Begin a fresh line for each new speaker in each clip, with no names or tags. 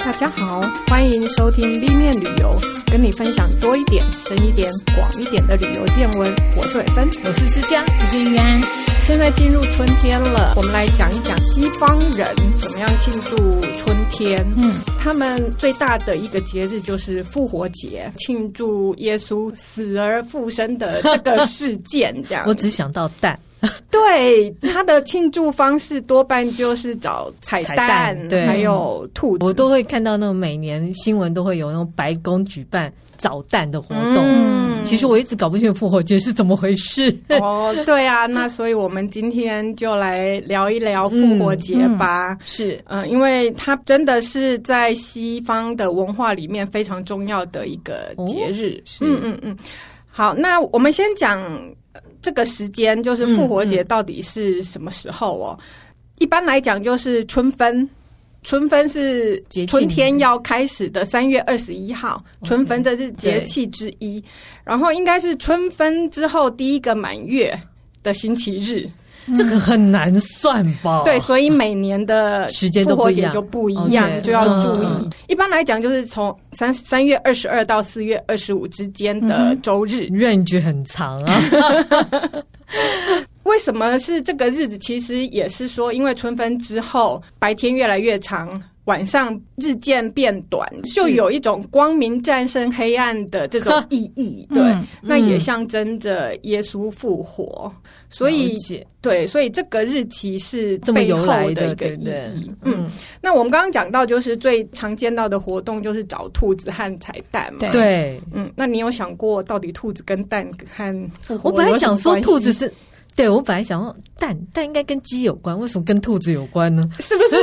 大家好，欢迎收听立面旅游，跟你分享多一点、深一点、广一点的旅游见闻。我是伟芬，
我是思佳，我是玉安。
现在进入春天了，我们来讲一讲西方人怎么样庆祝春天。
嗯，
他们最大的一个节日就是复活节，庆祝耶稣死而复生的这个事件。这样，
我只想到蛋，
对它的庆祝方式多半就是找彩
彩
蛋，
蛋对
还有兔子。
我都会看到那种每年新闻都会有那种白宫举办找蛋的活动。
嗯
其实我一直搞不清楚复活节是怎么回事。
哦，对啊，那所以我们今天就来聊一聊复活节吧。嗯
是，
因为它真的是在西方的文化里面非常重要的一个
哦
节日。嗯嗯嗯，好，那我们先讲呃这个时间，
嗯
就是复活节到底是什么时候哦？一般来讲就是春分，春分是
节庆
春天要开始的三月二十一号，春分这是节
对
气之一。然后应该是春分之后第一个满月的星期日，
这个很难算吧？
对，所以每年的
哦 时间都
复
不
活
一
节
样
就不一样，
OK，
就要注意。
嗯嗯
一般来讲，就是从三三月二十二到四月二十五之间
嗯
的周日。
，range 很长 啊。
为什么是这个日子？其实也是说，因为春分之后白天越来越长。晚上日渐变短，就有一种光明战胜黑暗的这 种意义。对，
嗯
那也
嗯
象征着耶稣复活，所以
了解
对，所以这个日期是
嗯这么
背
由
后
来
的一个
对
意
不
义。
对？
嗯，，那我们刚刚讲到，就是最常见到的活动就是找兔子和彩蛋嘛。
哎
对
对。
嗯，那你有想过到底兔子跟蛋和复活
我本来想说
有什么
兔
关系
子是，对我本来想说蛋蛋应该跟鸡有关，为什么跟兔子有关呢？
是不是？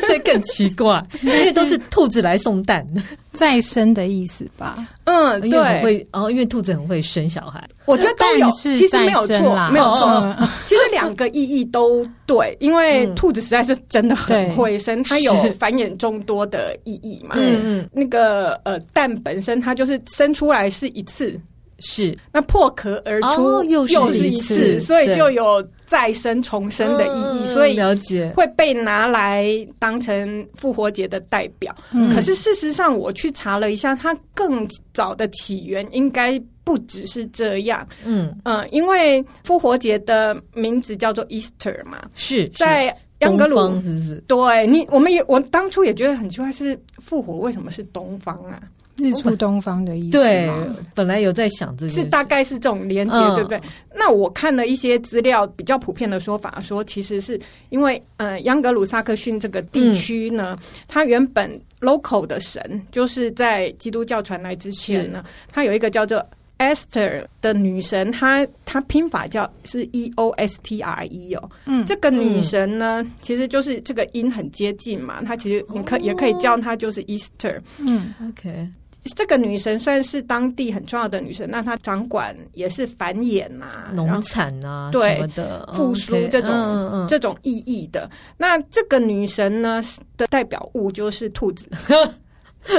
所以更奇 怪，因为都是兔子来送蛋，
再生的意思吧？
嗯，
因为很
对，
会哦，因为兔子很会生小孩，
我觉得都有
但，是
其实没有
再生
错，
啦
没有错
哦。
其实两个意义都对，因为
嗯
兔子实在是真的很
对
会生，它有
是
繁衍众多的意义嘛。
对
嗯嗯，
那个呃蛋本身它就是生出来是一次，
是
那破壳而出、
哦又是
是
一
次，
次
所以
对
就有再生重生的意义，
嗯
所以
了解，
会被拿来当成复活节的代表。
嗯
可是事实上，我去查了一下，它更早的起源应该不只是这样。
嗯，
嗯、因为复活节的名字叫做 Easter 嘛，
是是
在盎
东
格鲁
方。是不是？
对你，我们也我当初也觉得很奇怪，是复活为什么是东方啊？
日出东方的意思
对
吗，
本来有在想这件事
是大概是这种连接，
嗯
对不对？那我看了一些资料，比较普遍的说法说，其实是因为呃，央格鲁萨克逊这个地区呢，它原本 local 的神就是在基督教传来之前呢，它有一个叫做 Esther 的女神，她她拼法叫是 E O S T R E 哦，
嗯
这个女神呢，其实就是这个音很接近嘛，她其实你可、也可以叫她就是 Easter，
嗯
OK，
这个女神算是当地很重要的女神，那她掌管也是繁衍呐、然
农
后
产啊
对
什么的
复苏
OK，
这种
嗯嗯，
这种意义的。那这个女神呢的代表物就是兔 子，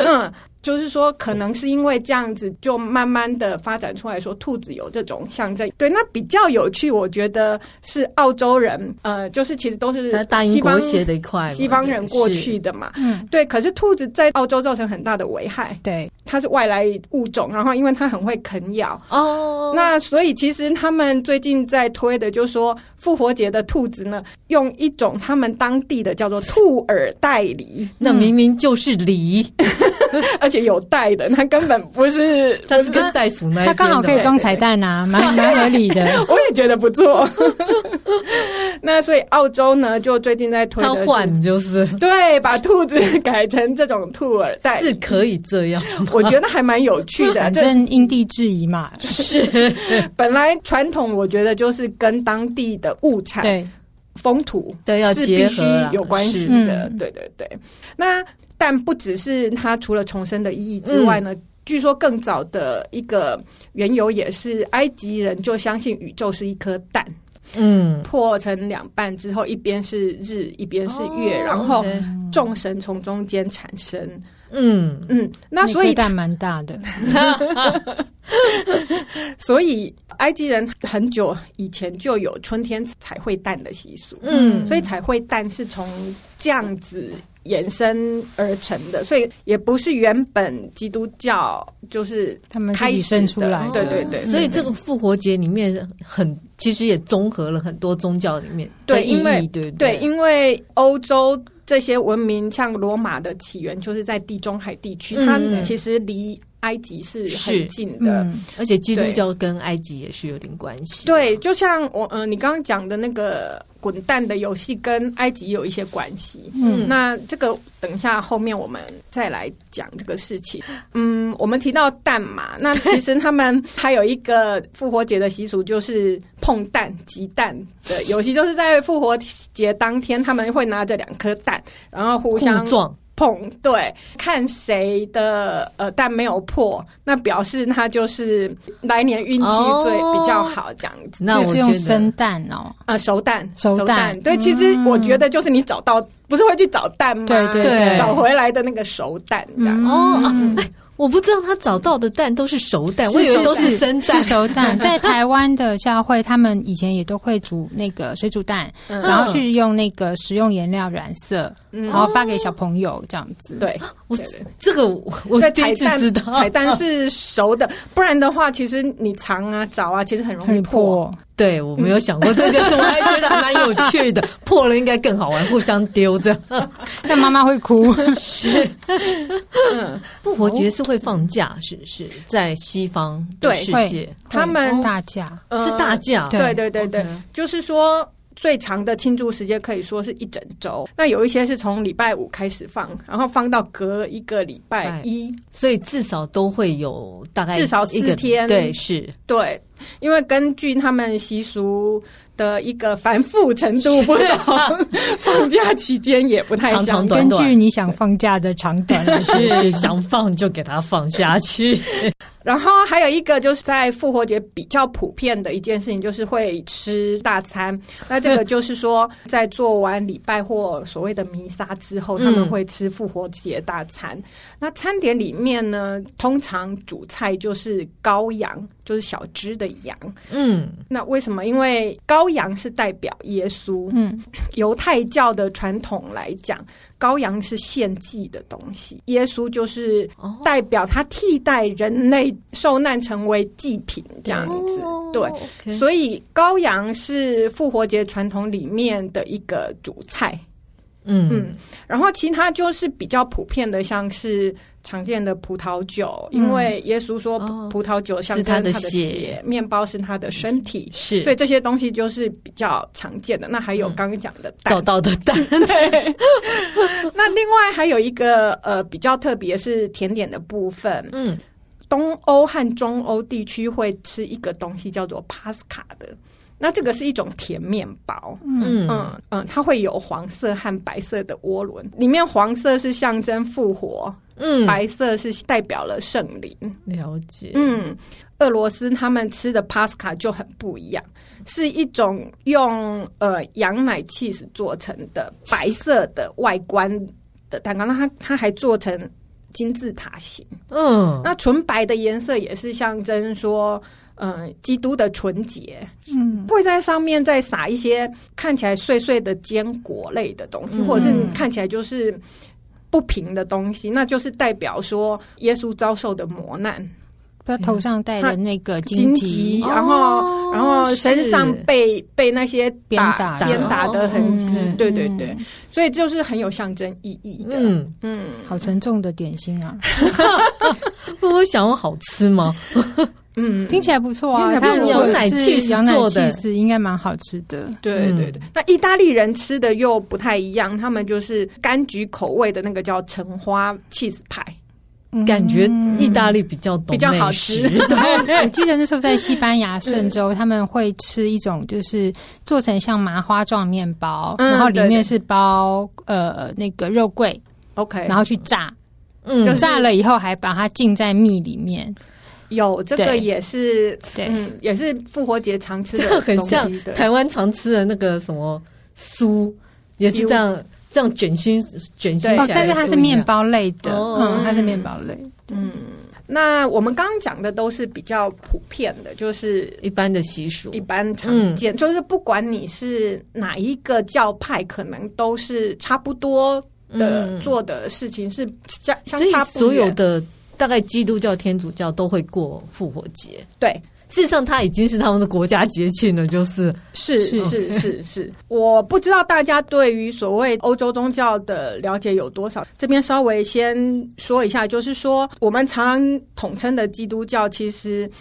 嗯，就是说可能是因为这样子，就慢慢的发展出来说兔子有这种象征。对，那比较有趣，我觉得是澳洲人，呃，就是其实都是
在大英
西
国
方
协的一块嘛，
西方人过
对
去，的嘛。
嗯，
对，可是兔子在澳洲造成很大的危害，
对，
它是外来物种，然后因为它很会啃咬，
是哦，
那所以其实他们最近在推的，就是说复活节的兔子呢，用一种他们当地的叫做兔耳带梨，
那明明就是梨，
而且有带的，它根本不是。
它是跟袋
哎
鼠那一边
它刚好
的
可以
嘛
装彩蛋啊，蛮蛮合 理的。
我也觉得不错。 那所以澳洲呢，就最近在推
它
的是。
换就是
对，把兔子改成这种兔耳带，
是可以这样，
我觉得还蛮有趣的。
反
这
正因地制宜嘛，
是
本来传统我觉得就是跟当地的物产
对，
风土
对要
是
结
必
合
须
啦
有关系
是
的，
嗯
对对对。那但不只是它除了重生的意义之
嗯
外呢，据说更早的一个缘由也是埃及人就相信宇宙是一颗蛋，
嗯，
破成两半之后，一边是日，一边是月，然后
哦 OK
众神从中间产生。
嗯，
嗯，那所
那
以
颗蛋蛮大的，
所以埃及人很久以前就有春天彩绘蛋的习俗。
嗯
所以彩绘蛋是从这样子衍生而成的，所以也不是原本基督教就是
他们自
开
己
始
生出
的
来
哦
的，
对对对
所以这个复活节里面很其实也综合了很多宗教里面的
对
意义
因为
对不
对，
为
因为欧洲这些文明，像罗马的起源就是在地中海地区，
嗯
它其实离埃及是
是
很近的。
嗯，
而且基督
对
教跟埃及也是有点关系。
对，就像我嗯、呃你刚刚讲的那个滚蛋的游戏，跟埃及有一些关系。
嗯
那这个等一下后面我们再来讲这个事情。嗯，我们提到蛋 嘛，那其实他们还有一个复活节的习俗，就是碰蛋、集蛋的游戏，就是在复活节当天，他们会拿着两颗蛋，然后互
互
相
撞，
碰，对，看谁的呃蛋没有破，那表示他就是来年运气最
哦
比较好这样子。
那
就
我
是
觉
用
得
生蛋哦，
啊、熟蛋，
熟蛋
对，
嗯
其实我觉得就是你找到，不是会去找蛋吗？
对对
对
找回来的那个熟蛋这样。
哦、啊
嗯
哎我不知道他找到的蛋都是熟蛋，
是
我以为
熟
都是生
蛋是
蛋。
熟 蛋，在台湾的教会，他们以前也都会煮那个水煮蛋，
嗯
然后去用那个食用颜料染色，
嗯
然后发给小朋友这样子。
对，
我
对对
这个我我
对
第一
彩
次知
蛋，
道
彩蛋是熟的，不然的话，其实你藏啊找啊，其实很容易
很
破。
破，
对我没有想过这件事，我还觉得还蛮有趣的。破了应该更好玩，互相丢着。
但妈妈会 哭。
复活节是会放假，是不是？在西方的
对
世界
他们
会打架，
呃
是大假，
对对对对
OK，
就是说最长的庆祝时间可以说是一整周。那有一些是从礼拜五开始放，然后放到隔一个礼拜一。
所以至少都会有大概
至少
一个
四天
对，是
对，因为根据他们习俗的一个繁复程度不同， 放假期间也不太
长长
相同。
短
根
短
据你想放假的长短来决定
是想放就给它放下 去。
然后还有一个就是在复活节比较普遍的一件事情，就是会吃大餐。那这个就是说，在做完礼拜或所谓的弥撒之后，
嗯
他们会吃复活节大餐。那餐点里面呢，通常主菜就是羔羊，就是小只的羊。
嗯，
那为什么？因为羔羊是代表耶稣。
嗯，
犹太教的传统来讲，羔羊是献祭的东西，耶稣就是
哦
代表他替代人类受难成为祭品这样子。
哦
对
对
所以羔羊是复活节传统里面的一个主菜，
嗯
嗯，然后其他就是比较普遍的，像是常见的葡萄酒，因为耶稣说
哦
葡萄酒象
是
征
他
他
的
的
血
血，面包是他的身体，
是
所以这些东西就是比较常见的。那还有
嗯
刚刚讲的蛋
找，到的蛋，
对。那另外还有一个呃比较特别是甜点的部分，
嗯，
东欧和中欧地区会吃一个东西叫做 pasca 的。那这个是一种甜面包，
嗯
嗯嗯，它会有黄色和白色的涡轮，里面黄色是象征复活，
嗯，
白色是代表了圣灵。
了解，
嗯，俄罗斯他们吃的 pasca 就很不一样，是一种用呃羊奶 cheese 做成的白色的外观的蛋糕，那它它还做成金字塔形。
嗯，
那纯白的颜色也是象征说，嗯、基督的纯洁。
嗯，
会在上面再撒一些看起来碎碎的坚果类的东西，
嗯
或者是看起来就是不平的东西，那就是代表说耶稣遭受的磨难、
他
嗯
头上戴的那个
荆
棘
棘，，然后、
哦
然后身上
是
被被那些
鞭
打
打
鞭打的痕迹，
嗯
对对对
嗯，
所以就是很有象征意义的。嗯
嗯，
嗯
好沉重的点心啊，
不过想要好吃吗？
嗯
听起来不错啊。
听起
它
来不
如
错
果
羊奶
是
cheese
羊奶
做的
cheese 应该蛮好吃的。
对对对，那意大利人吃的又不太一样，他们就是柑橘口味的那个叫橙花 cheese 派，
嗯
感觉意大利比较懂
比较好
美食
吃
我记得那时候在西班 牙圣州，他们会吃一种就是做成像麻花状面包，
嗯
然后里
对
面
对
是包呃那个肉桂，
OK，
然后去炸，
就
嗯
是
炸了以后还把它浸在蜜里面。
有这个
对
也是，
对
嗯，也是复活节常吃的
这个很
东西
像
对
台湾常吃的那个什么酥，也是这样这样卷心卷心起来的酥
哦
一样，，
但是它是面包类的，
哦
嗯，它是面包类。
那我们刚刚讲的都是比较普遍的，就是
一般的习俗
一，般常
嗯
见，就是不管你是哪一个教派，可能都是差不多的、
嗯
做的事情是相相
所以
差不
所有
远。
的大概基督教、天主教都会过复活节。
对，
事实上，它已经是他们的国家节庆了，就是
是
是
是是是是，我不知道大家对于所谓欧洲宗教的了解有多少。这边稍微先说一下，就是说我们常常统称的基督教，其实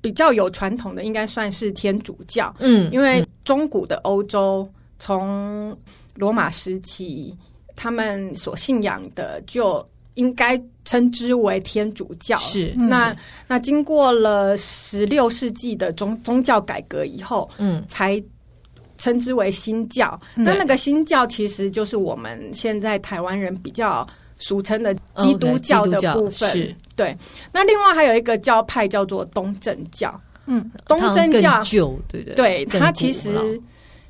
比较有传统的，应该算是天主教，
嗯，
因为中古的欧洲从罗马时期，他们所信仰的就应该称之为天主教了。
是
嗯
那那经过了十六世纪的宗宗教改革以后，
嗯
才称之为新教。
嗯
那那个新教其实就是我们现在台湾人比较俗称的基督教的部分。
是
对，那另外还有一个教派叫做东正教。
嗯，
东正
它
教
更旧，对不对？
对
更
它
古
其实
老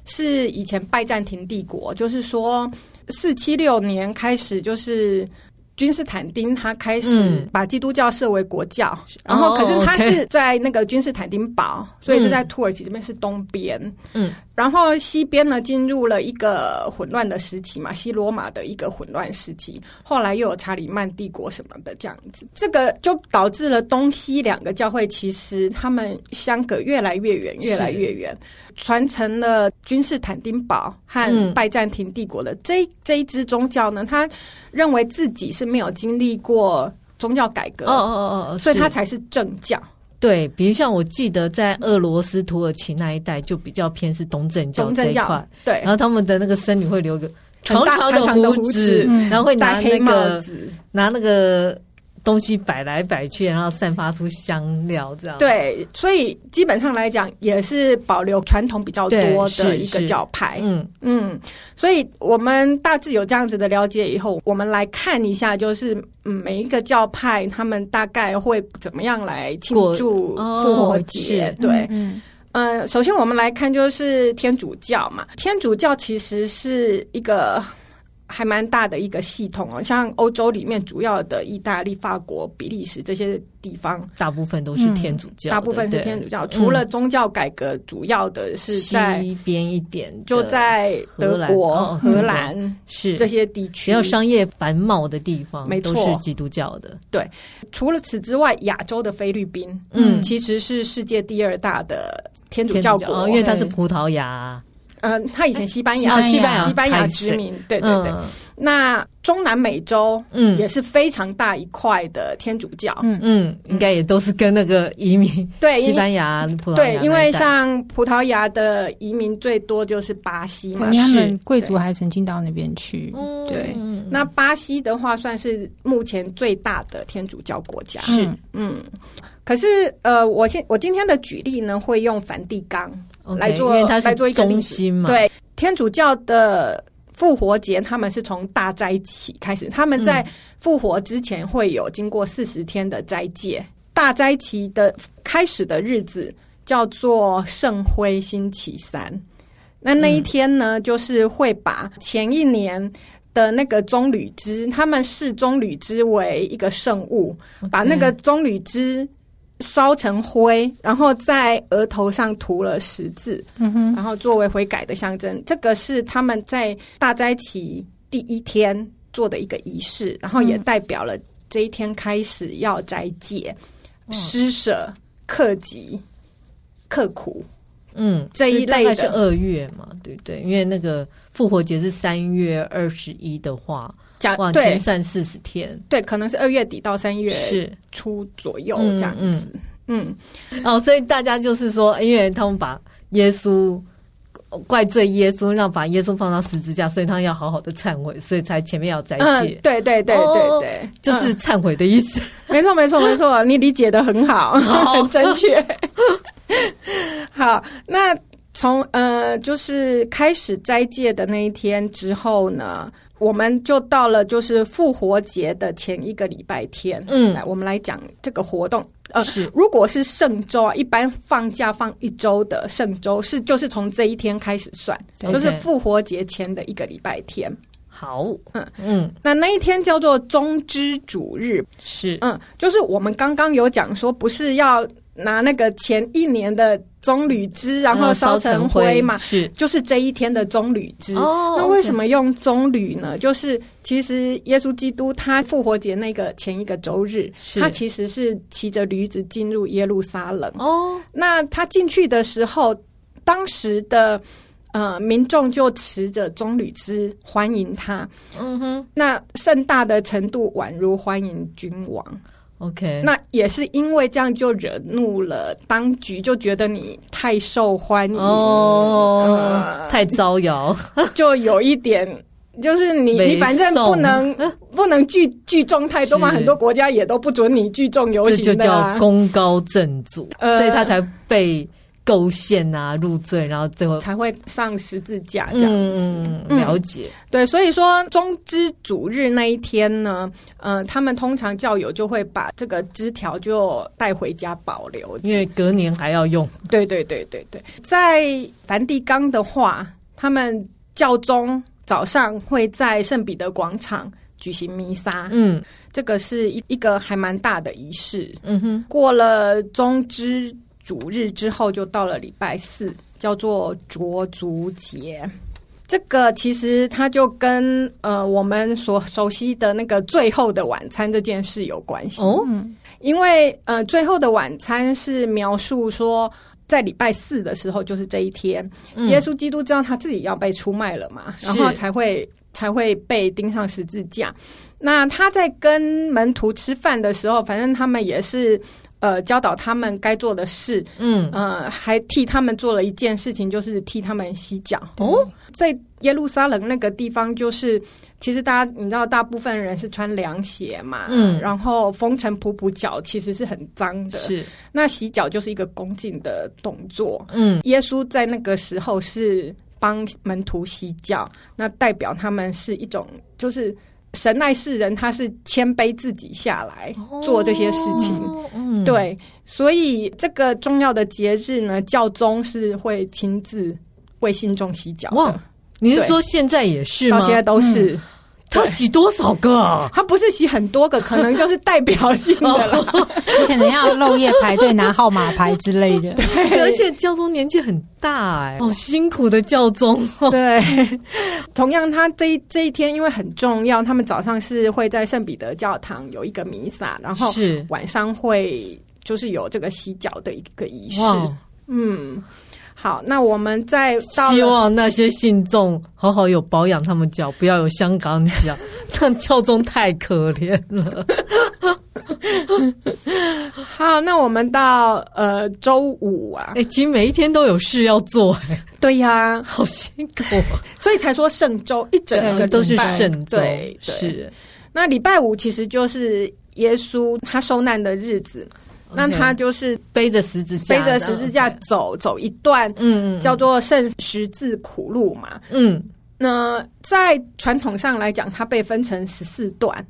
是以前拜占庭帝国，就是说四七六年开始就是。君士坦丁他开始
嗯
把基督教设为国教，然后可是
哦
他
OK
是在那个君士坦丁堡，所以是
嗯
在土耳其这边是东边。
嗯
然后西边呢进入了一个混乱的时期嘛，西罗马的一个混乱时期，后来又有查理曼帝国什么的这样子，这个就导致了东西两个教会其实他们相隔越来越远，越来越远，传承了君士坦丁堡
嗯
和拜占庭帝国的这一这一支宗教呢，他认为自己是没有经历过宗教改革，
哦哦哦哦，
呃所以
是
他才是正教。
对，比如像我记得在俄罗斯、土耳其那一带就比较偏是东正教
东
这
正
一
教
块，
对
然，后他们的那个僧侣会留个
很大
长
长长的
的
胡
子
子，
嗯
然后会拿
戴
那
黑帽
个
子。
拿那个东西摆来摆去，然后散发出香料，这样。
对，所以基本上来讲，也是保留传统比较
对
多
是
的一个
是
教派。
嗯，
嗯，所以我们大致有这样子的了解以后，我们来看一下，就是嗯每一个教派他们大概会怎么样来庆
过
祝
哦
复活节。
是
对，
嗯
嗯、首先我们来看就是天主教嘛，天主教其实是一个。还蛮大的一个系统哦，像欧洲里面主要的意大利、法国、比利时这些地方，
大部分都是天主教
嗯
的，
大部分是
对嗯
天主教，除了宗教改革，主要的是在、
西边一点的，
就在
荷
德
兰
国、
哦
荷兰、
是
这些地
比
区
较。商业繁茂的地方，
没
都
错
是基督教的。
除了此之外，亚洲的菲律宾，
嗯
其实是世界第二大的天主
天
教
主
国，
教，哦因为哎它是葡萄牙，
嗯，他以前西班
哦
牙、
西班牙
西班牙
还是
殖民，对对对。
嗯
那中南美洲
嗯
也是非常大一块的天主教，
嗯
嗯，应该也都是跟那个移民
对，
西
因
班牙、葡萄牙
对，因
那
为
一带
像葡萄牙的移民最多就是巴西
因
嘛
为，他
是
们贵族还曾经到那边去，
嗯
对
嗯
那巴西的话，算是目前最大的天主教国家。
是
嗯
嗯，可是呃，我现我今天的举例呢，会用梵蒂冈
OK，
来做
因为它
来做
是
一个例子
中心嘛，
对天主教的复活节，他们是从大斋起开始，他们
嗯
在复活之前会有经过四十天的斋戒。大斋期的开始的日子叫做圣灰星期三，那那一天呢，就是会把前一年。的那个棕榈枝，他们视棕榈枝为一个圣物，
OK，
把那个棕榈枝烧成灰，然后在额头上涂了十字，
嗯哼，
然后作为悔改的象征。这个是他们在大斋期第一天做的一个仪式，然后
嗯
也代表了这一天开始要斋戒、施舍、克己、刻苦。
嗯
这一
是大
类
概
的
是二月嘛，对不对？因为那个复活节是三月二十一的话，
讲
往前
啊对
算四十天，
对，可能是二月底到三月
是
初左右
嗯
这样
嗯
子。嗯
哦，所以大家就是说，因为他们把耶稣怪罪耶稣，让把耶稣放到十字架，所以他要好好的忏悔，所以才前面要斋
嗯，
戒，
对对对
哦
对对，
就是
嗯
忏悔的 意思。
没错，没错，没错，你理解的很好，
好
很正确。好，那从呃，就是开始斋戒的那一天之后呢，我们就到了就是复活节的前一个礼拜天。
嗯
来，我们来讲这个活动。呃，
是
如果是圣周啊，一般放假放一周的圣周是就是从这一天开始算，
对
就是
OK
复活节前的一个礼拜天。
好，嗯
嗯
嗯，
那那一天叫做中之主日，
是
嗯嗯，就是我们刚刚有讲说，不是要拿那个前一年的棕榈汁，然
嗯
后烧成灰嘛，
是
就是这一天的棕榈汁。
哦
那为
OK
什么用棕榈呢？就是其实耶稣基督他复活节那个前一个周日，
是
他其实是骑着驴子进入耶路撒冷。
哦，
那他进去的时候，当时的呃民众就持着棕榈枝欢迎他，
嗯哼
那盛大的程度宛如欢迎君王。
，OK，
那也是因为这样就惹怒了当局，就觉得你太受欢迎，
哦
呃，
太招摇，
就有一点。就是你，
没
你反正
送
不能 不能聚聚众太多嘛，
是
很多国家也都不准你聚众游
这就
行的、啊
叫，功高震主，
呃
所以他才被构陷啊、入罪，然后最后
才会上十字架这样。
嗯，
嗯
了解，
对，所以说中之主日那一天呢，嗯、他们通常教友就会把这个枝条就带回家保留。
因为隔年还要用，
对对对对对，在梵蒂冈的话，他们教宗早上会在圣彼得广场举行弥撒，
嗯
这个是一一个还蛮大的仪式。
嗯哼，
过了中之主日之后，就到了礼拜四，叫做濯足节。这个其实它就跟呃我们所熟悉的那个最后的晚餐这件事有关系，
哦，
因为呃最后的晚餐是描述说。在礼拜四的时候，就是这一天，
嗯
耶稣基督知道他自己要被出卖了嘛，然后
是
才会才会被钉上十字架。那他在跟门徒吃饭的时候，反正他们也是呃教导他们该做的事，
嗯，
呃，还替他们做了一件事情，就是替他们洗脚。
哦，
在耶路撒冷那个地方，就是其实大家你知道，大部分人是穿凉鞋嘛，
嗯
然后风尘仆仆脚其实是很脏的。
是，
那洗脚就是一个恭敬的动作。
嗯，
耶稣在那个时候是帮门徒洗脚，那代表他们是一种就是神爱世人，他是谦卑自己下来做这些事情。
哦嗯，
对，所以这个重要的节日呢，教宗是会亲自为信众洗脚
哇
的，，
你是
对
说现在也是
到
吗？嗯
现在都是。
他洗多少个啊？
他不是洗很多个，可能就是代表性的啦。
你可能要漏夜排队拿号码牌之类的。
而且教宗年纪很大哎、好辛苦的教宗 哦。
对，同样，他这一这一天因为很重要，他们早上是会在圣彼得教堂有一个弥撒，然后
是
晚上会就是有这个洗脚的一个仪式。
哇，
嗯，好，那我们再到
希
了
望那些信众好好有保养他们脚，不要有香港 脚，这样教宗太可怜了。
好，那我们到呃周五啊
哎、，其实每一天都有事要做、哎，
对呀、
好辛苦啊，
所以才说圣周一整个
对
礼
都是
拜
圣宗
对，对
是
那礼拜五其实就是耶稣他受难的日子，那
OK
他就是
背着十字架
背
的，
着十字架走走一段，
嗯，嗯
叫做圣十字苦路嘛。
嗯
那在传统上来讲，它被分成十四段，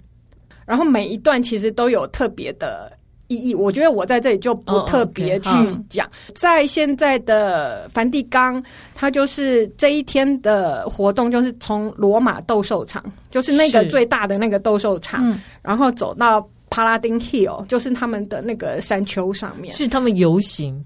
然后每一段其实都有特别的意义。我觉得我在这里就不
哦
特别
OK，
去
好
讲。在现在的梵蒂冈，它就是这一天的活动，就是从罗马斗兽场，就是那个
是
最大的那个斗兽场，
嗯
然后走到。帕拉丁 hill 就是他们的那个山丘上面，
是他们游行，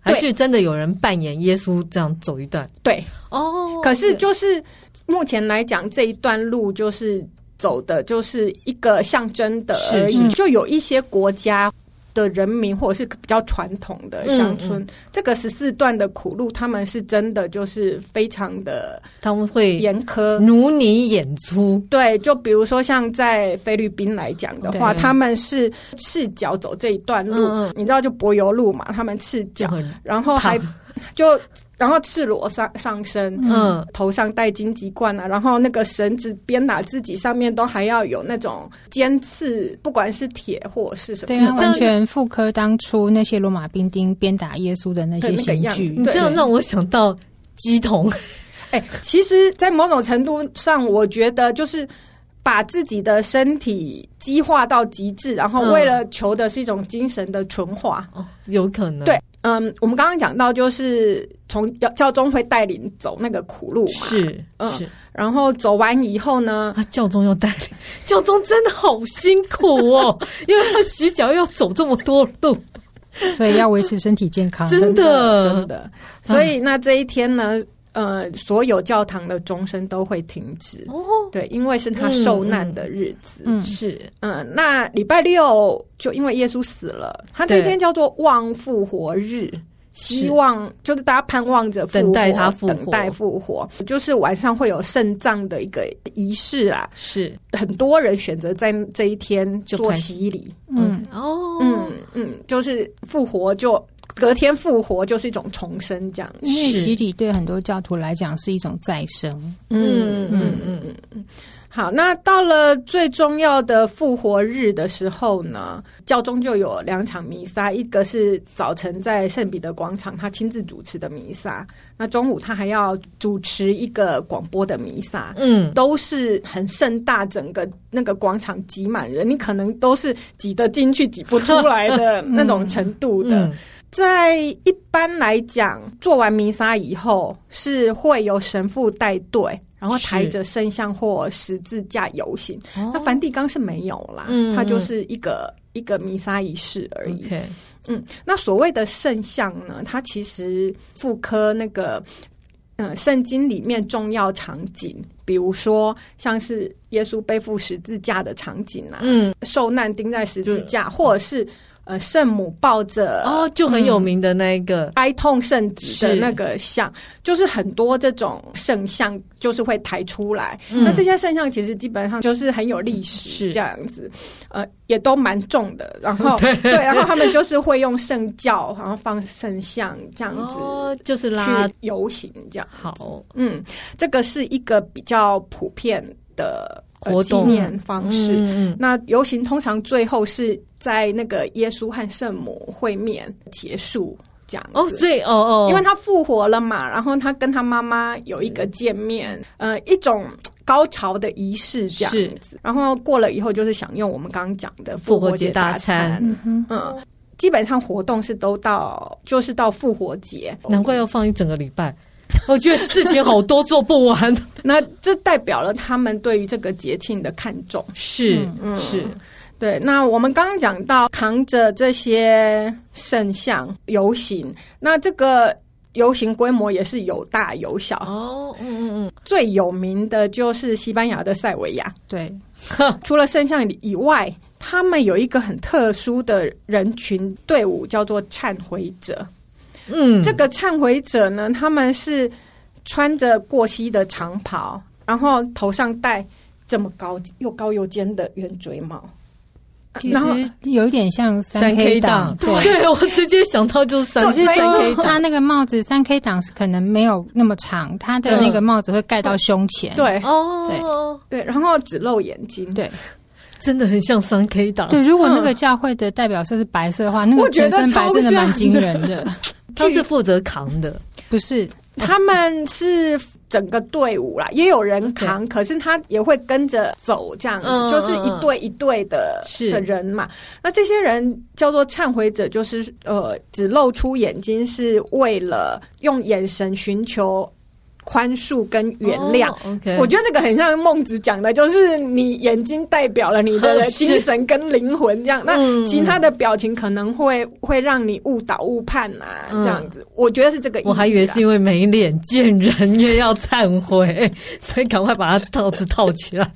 还
对
是真的有人扮演耶稣这样走一段？
对，
哦
可是就是目前来讲，这一段路就是走的就是一个象征的
是
而已，
是
就有一些国家。的人民或者是比较传统的乡村，
嗯
这个十四段的苦路，他们是真的就是非常的
他们会
严苛。
奴你演出，
对，就比如说像在菲律宾来讲的话，
对
他们是赤脚走这一段路，
嗯嗯
你知道就柏油路嘛，他们赤
就
脚，
很
然后还
烫
就然后赤裸上上身，
嗯
头上戴荆棘冠啊，然后那个绳子鞭打自己，上面都还要有那种尖刺，不管是铁或是什么，
对啊，
这样
完全复刻当初那些罗马兵丁鞭打耶稣的那些
对那
刑
个
具
样子
你。这样让我想到鸡童，
哎、其实，在某种程度上，我觉得就是把自己的身体激化到极致，然后
嗯
为了求的是一种精神的纯化。
哦， 有可能
对，嗯，我们刚刚讲到，就是从教教宗会带领走那个苦路嘛，
是
嗯
是
然后走完以后呢，
啊，教宗要带领， 教宗真的好辛苦哦，因为他洗脚要走这么多路，
所以要维持身体健康。
真的啊
真的。所以那这一天呢，呃，所有教堂的钟声都会停止，
哦，
对，因为是他受难的日子。
嗯，
是
嗯，那礼拜六就因为耶稣死了，他这一
对
天叫做望复活日，希望就是大家盼望着复活
等待他复活
等待复活，就是晚上会有肾脏的一个仪式啊。
是，
很多人选择在这一天
就
做
开始
洗礼，
嗯，
哦，
嗯嗯，就是复活就隔天复活就是一种重生这样子，
因为
是
洗礼对很多教徒来讲是一种再生。
嗯
嗯
嗯嗯，
好，那到了最重要的复活日的时候呢，教宗就有两场弥撒，一个是早晨在圣彼得广场他亲自主持的弥撒，那中午他还要主持一个广播的弥撒。
嗯，
都是很盛大，整个那个广场挤满人，你可能都是挤得进去、挤不出来的那种程度的。
嗯
在一般来讲，做完弥撒以后是会由神父带队，然后抬着圣像或十字架游行。
哦
那梵蒂冈是没有啦，
嗯
它就是一个一个弥撒仪式而已。
，OK，
嗯，那所谓的圣像呢，它其实复刻那个嗯、呃圣经里面重要场景，比如说像是耶稣背负十字架的场景啊，
嗯，
受难钉在十字架，或者是呃圣母抱着
哦，就很有名的那一个，
哀痛圣子的
是
那个像，就是很多这种圣像，就是会抬出来。
嗯
那这些圣像其实基本上就是很有历史
是
这样子，呃，也都蛮重的。然 后对，然后他们就是会用圣教，然后放圣像这样
哦
子，
就是拉
去游行这样。
好，
嗯，这个是一个比较普遍的呃
活动
纪念方式。
嗯嗯
那游行通常最后是在那个耶稣和圣母会面结束，这样子
哦，所以哦哦，
因为他复活了嘛，然后他跟他妈妈有一个见面，
嗯
呃，一种高潮的仪式这样子。然后过了以后，就是享用我们刚刚讲的
复活
活
节
节
大
餐。
餐
嗯哼，
嗯，基本上活动是都到，就是到复活节。
难怪要放一整个礼拜， 我觉得事情好多做不完，
那这代表了他们对于这个节庆的看重。
是
嗯
是，
对，那我们刚刚讲到扛着这些圣像游行，那这个游行规模也是有大有小，
哦，嗯嗯
最有名的就是西班牙的塞维亚。
对，
除了圣像以外，他们有一个很特殊的人群队伍，叫做忏悔者。
嗯，嗯，
这个忏悔者呢，他们是穿着过膝的长袍，然后头上戴这么高又高又尖的圆锥帽。
其
然后
实有一点像
三 K
档
档，，
对。
对我直接想到就是三
就
只
三
是
没错
K
它
档，
那个帽子三 K 档是可能没有那么长，它的那个帽子会盖到胸前。
对
哦，
对，然后只露眼睛。
对
真的很像三 K 档，
对，如果那个教会的代表色是白色的话，那
我
个
觉
全
得
身白真的蛮
超像
惊人 的。
他是负责扛的，
不是，
他们是整个队伍啦，也有人扛，可是他也会跟着走，这样子、
嗯
就是一队一队的
是
的人嘛。那这些人叫做忏悔者，就是呃，只露出眼睛，是为了用眼神寻求宽恕跟原谅。
哦，OK，
我觉得这个很像孟子讲的，就是你眼睛代表了你的
是
精神跟灵魂这样，那
嗯
其他的表情可能会会让你误导误判啊，
嗯
这样子，我觉得是这个意义啦。
我还以为是因为没脸见人，也要忏悔， 所以赶快把它套子套起来。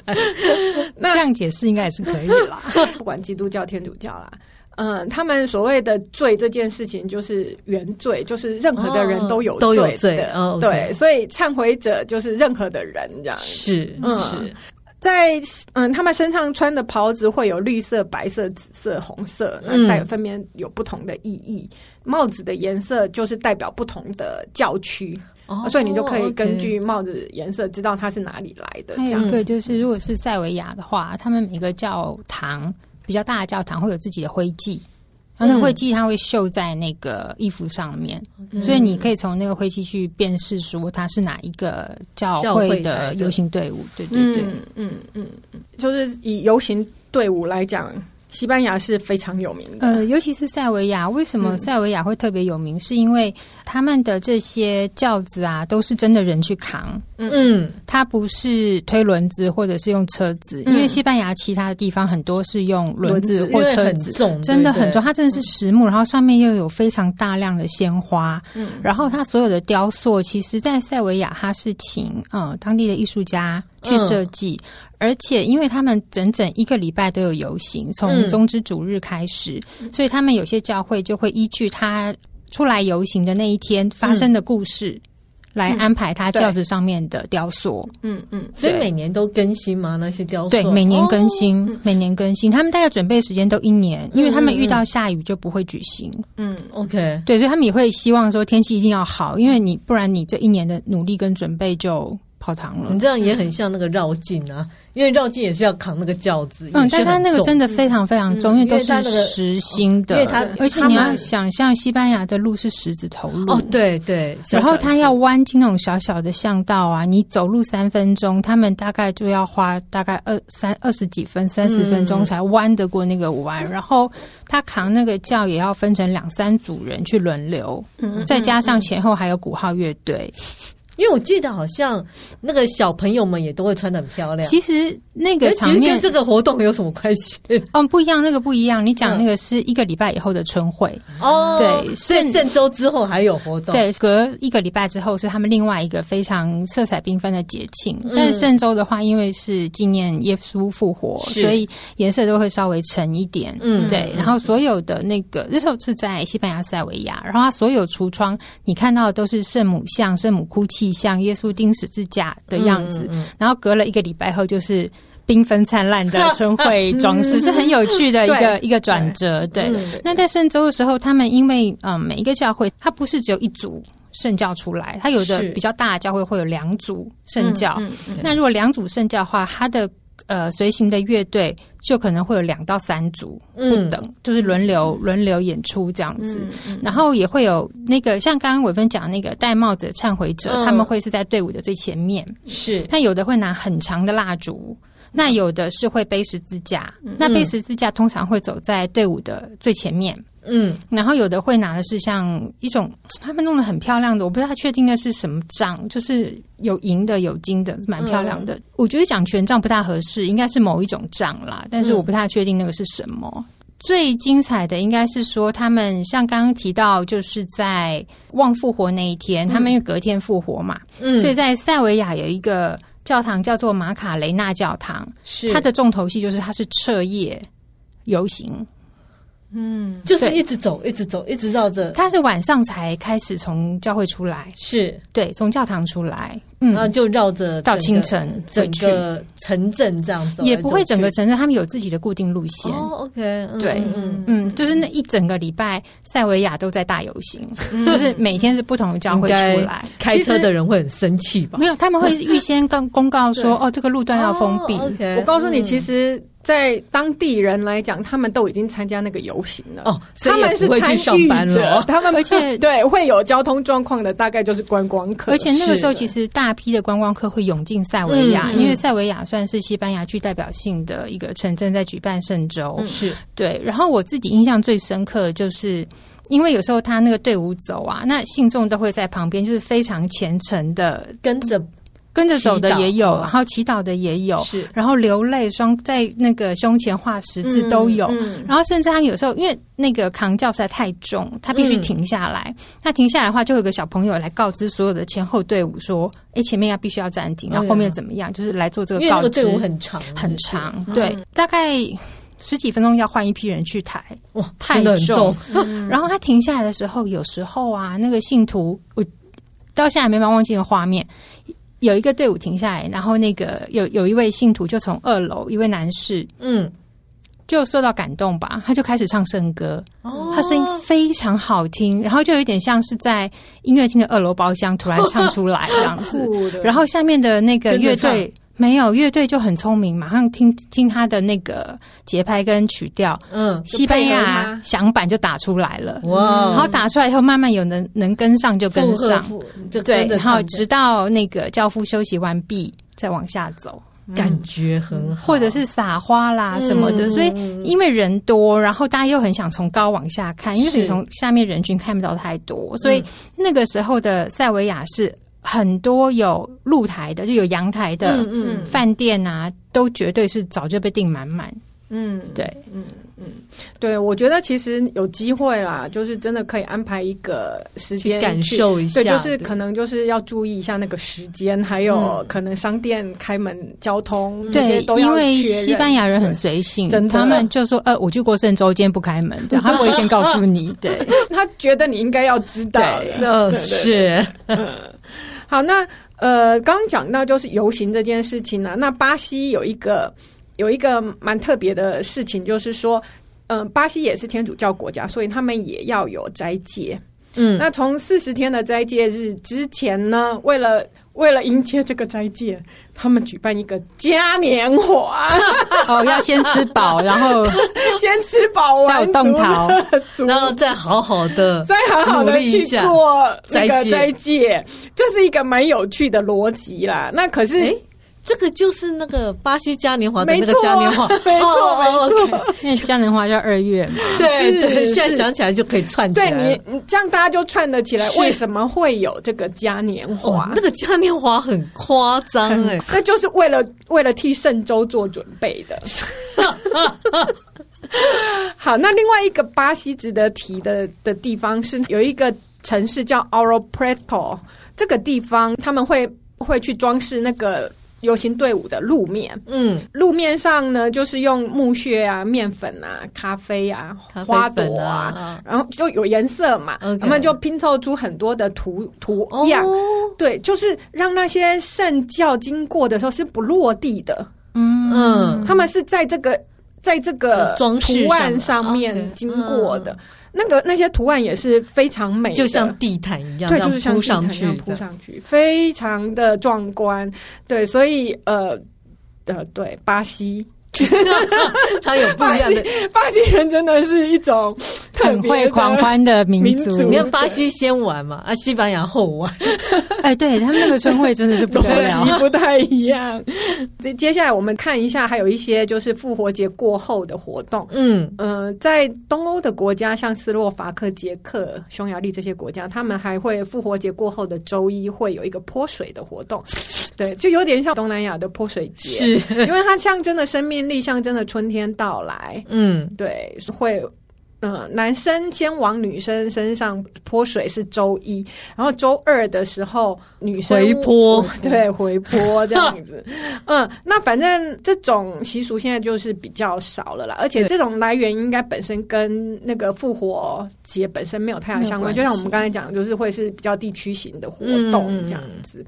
那
这样解释应该也是可以 啦。
不管基督教、天主教啦，嗯，他们所谓的罪这件事情就是原罪，就是任何的人都有
哦都有罪
的，
哦
对
OK
所以忏悔者就是任何的人这样。
是
嗯
是，
在嗯，他们身上穿的袍子会有绿色、白色、紫色、红色，那代
嗯
分别有不同的意义。帽子的颜色就是代表不同的教区，
哦
所以你就可以根据
OK 哎
帽子颜色知道它是哪里来的。这
还
样
有一个就是，如果是塞维亚的话，他们每个教堂比较大的教堂会有自己的徽记，
嗯
然后那个徽记它会绣在那个衣服上面，
嗯
所以你可以从那个徽记去辨识说它是哪一个教
教
会
会
的
来的
游行队伍。对对对，
嗯嗯嗯嗯，嗯，就是以游行队伍来讲，西班牙是非常有名的。
嗯
呃，尤其是塞维亚，为什么塞维亚会特别有名？是因为他们的这些轿子啊，都是真的人去扛，
嗯，
它不是推轮子或者是用车子，
嗯
因为西班牙其他的地方很多是用轮子
因
或
为
车
很
子，
重，
真的很重，
对嗯
它真的是实木，然后上面又有非常大量的鲜花，嗯，然后它所有的雕塑，其实，在塞维亚它是请嗯当地的艺术家去设计，
嗯
而且因为他们整整一个礼拜都有游行，从
嗯
中之主日开始，所以他们有些教会就会依据他出来游行的那一天发生的故事。
嗯
来安排他
对
轿子上面的雕塑，
嗯嗯，
不对所以
对
每年都更新吗？那些雕塑
对，每年更
哦
新，每年更新。他们大概准备时间都一年，因为他们
嗯嗯
遇到下雨就不会举行。
嗯
OK，
对，所以他们也会希望说天气一定要好，因为你不然你这一年的努力跟准备就泡汤了
你。这样也很像那个绕境啊，因为绕境也是要扛那个轿子，
嗯，
也
但
是
它
很
那个
重
真的非常非常
嗯
重，因为都
因为它那
是
个
实心的，
因为它
而且
他
你
们
要想象西班牙的路是十字头路
哦，对对，小
然后
小
它
一
要
条
弯进那种小小的巷道啊，你走路三分钟，他们大概就要花大概二三二十几分、三十分
嗯
钟才弯得过那个弯。然后他扛那个轿也要分成两三组人去轮流，
嗯
嗯
再加上前后还有鼓号乐队。
因为我记得好像那个小朋友们也都会穿的很漂亮。
其实那
啊可
个
是
场
其实
面
跟这个活动有什么关系？
哦不一样，那个不一样。你
嗯
讲那个是一个礼拜以后的春会，
哦
对
所以
圣
圣周之后还有活动。，
对，隔一个礼拜之后是他们另外一个非常色彩缤纷的节庆。
嗯
但是圣周的话，因为是纪念耶稣复活，
是
所以颜色都会稍微沉一点。
嗯
对。然后所有的那个那时候是在西班牙塞维亚，然后它所有橱窗你看到的都是圣母像、圣母哭泣像、耶稣钉十字架的样
嗯
子。然后隔了一个礼拜后就是。缤纷灿烂的春会装饰是很有趣的一个
对
一个转折，对。
对嗯对
那在圣周的时候，他们因为嗯每一个教会，它不是只有一组圣教出来，它有的
是
比较大的教会会有两组圣教。
嗯嗯
那如果两组圣教的话，它的呃随行的乐队就可能会有两到三组不
嗯
等，就是轮流轮流演出这样
嗯
子。然后也会有那个像刚刚伟芬讲那个戴帽子的忏悔者，
嗯
他们会是在队伍的最前面。
是
那有的会拿很长的蜡烛，那有的是会背十字架，那背十字架通常会走在队伍的最前面。
嗯，
然后有的会拿的是像一种他们弄得很漂亮的，我不知道他确定的是什么杖，就是有银的有金的，蛮漂亮的。我觉得讲权杖不大合适，应该是某一种杖啦，但是我不太确定那个是什么。最精彩的应该是说，他们像刚刚提到，就是在忘复活那一天，他们因为隔天复活嘛，
嗯
所以在塞维亚有一个教堂叫做马卡雷纳教堂，
是
它的重头戏就是它是彻夜游行，
嗯
就是
对
一直走，一直走，一直绕着
他是晚上才开始从教会出来，
是，
对，从教堂出来，
然后
嗯，
就绕着
到
整个
清晨回
整
去，
个城镇这样走来走去，
也不会整个城镇，他们有自己的固定路线。
哦，OK，嗯
对
嗯嗯，
嗯，就是那一整个礼拜，塞维亚都在大游行，就是每天是不同的教会出
嗯应
来。
开车的人会很生气吧？
没有，他们会预先公公告说，哦，这个路段要封闭。
哦，OK，
我告诉你，
嗯
其实，在当地人来讲，他们都已经参加那个游行了。
哦，所以
他们
也
是
不会
参
去上
与
班
者，
了。
他们
而且
对会有交通状况的，大概就是观光客。
而且那个时候，
是
其实大批的观光客会涌进塞维亚，
嗯嗯
因为塞维亚算是西班牙具代表性的一个城镇，在举办圣周。
嗯是，
对，然后我自己印象最深刻的就是，因为有时候他那个队伍走啊，那信众都会在旁边，就是非常虔诚的
跟着
嗯跟着走的也
祈
有，
祷嗯
然后祈祷的也有，
是
然后流泪双在那个胸前画十字都有。
嗯
然后甚至他们有时候因为那个扛轿实在太重，他必须
嗯
停下来。那停下来的话，就有一个小朋友来告知所有的前后队伍说：“哎，前面要必须要暂停，然后后面怎么样？”就是来做这
哎因
个
为
告
那
知。
个队伍很长，嗯
很
就是
长，对，大概十几分钟要换一批人去抬。
哇，
太
真的很
重，
嗯
然后他停下来的时候，有时候啊，那个信徒，我到现在还没办法忘记那个画面。有一个队伍停下来，然后那个有有一位信徒就从二楼，一位男士
嗯，
就受到感动吧，他就开始唱圣歌，
哦
他声音非常好听，然后就有点像是在音乐厅的二楼包厢突然唱出来这样 子，
酷嗯的，
然后下面的那个
跟着
乐队没有乐队就很聪明，马上听听他的那个节拍跟曲调，
嗯，
西班
就配合
牙
他
响板就打出来了。
哇，
然后打出来以后，慢慢有能能跟上就跟上，
附和，附就
对
跟，着
然后
唱着
直到那个教父休息完毕再往下走。
感觉很好，
或者是撒花啦
嗯
什么的，
嗯
所以因为人多，然后大家又很想从高往下看，因为
是
你从下面人群看不到太多，所以那个时候的塞维亚是很多有露台的，就有阳台的
嗯嗯
饭店啊，都绝对是早就被订满满。
嗯，
对，
对，我觉得其实有机会啦，就是真的可以安排一个时
去
间
感。受一下，
对，就是
对
可能就是要注意一下那个时间，还有可能商店开门、交通这些
嗯对
都，
因
要
为
确认。
西班牙人很随性
真，的
他们就说：“呃，我去过圣周，今天不开门。”这样他不会先告诉你。对，
他觉得你应该要知道的。
对
呃
对对
是
好，那呃，刚刚讲到就是游行这件事情呢、那巴西有一个有一个蛮特别的事情，就是说，嗯、巴西也是天主教国家，所以他们也要有斋戒。
嗯
那从四十天的斋戒日之前呢，为了为了迎接这个斋戒，他们举办一个嘉年 华，
哦，要先吃饱，然后
先吃饱
下午
玩
动桃。
足
然后再好好的，
再好好
哦努
的
力一
去
下
过那
斋
个
戒
斋戒，这是一个蛮有趣的逻辑啦。那可是，
哎，这个就是那个巴西嘉年华的那个
没错
嘉年华，
没错
哦
没，
哦
错
OK
因为嘉年华叫二月嘛，
对对，
是
现在想起来就可以串起来
对
了。
你你这样大家就串得起来，
是
为什么会有这个嘉年
哇
华，？
那个嘉年华很夸张哎，
那就是为了为了替圣周做准备 的。好，那另外一个巴西值得提的的地方是有一个城市叫 Ouro Preto，这个地方他们会会去装饰那个游行队伍的路面。
嗯，
路面上呢，就是用木屑啊、面粉啊、咖啡啊、
咖啡
花
粉
朵
啊
然后就有颜色嘛
OK 哦
他们就拼凑出很多的图图样。对，就是让那些圣教经过的时候是不落地的，
嗯
嗯
他们是在这个在这个
装饰上
图案上
啊
面
，OK，
经过的。那个那些图案也是非常美的，
就像地毯一样，
对，
这样
就是像
铺
地毯
上
一
去
样
这
铺
样
上去，非常的壮观。对，所以呃呃，对，巴西，
它有不一样的。
巴西人真的是一种特
很
别
会
的
狂欢的民
民
族
族
你。看巴西先玩嘛，啊，西班牙后玩，
哎，对他们那个春会真的是不
逻
得了。
辑不太一样。接 接下来我们看一下，还有一些就是复活节过后的活动。
嗯，
嗯、在东欧的国家，像斯洛伐克、捷克、匈牙利这些国家，他们还会复活节过后的周一会有一个泼水的活动，对，就有点像东南亚的泼水节，
是，
因为它象征的生命力，象征的春天到来。
嗯，
对，会，嗯、男生先往女生身上泼水是周一，然后周二的时候女生
回泼
对，回泼这样 子。嗯，那反正这种习俗现在就是比较少了啦，而且
对
这种来源应该本身跟那个复活节本身没有太大相
没有关
关，
系
就像我们刚才讲，就是会是比较地区型的活
嗯
动这样子。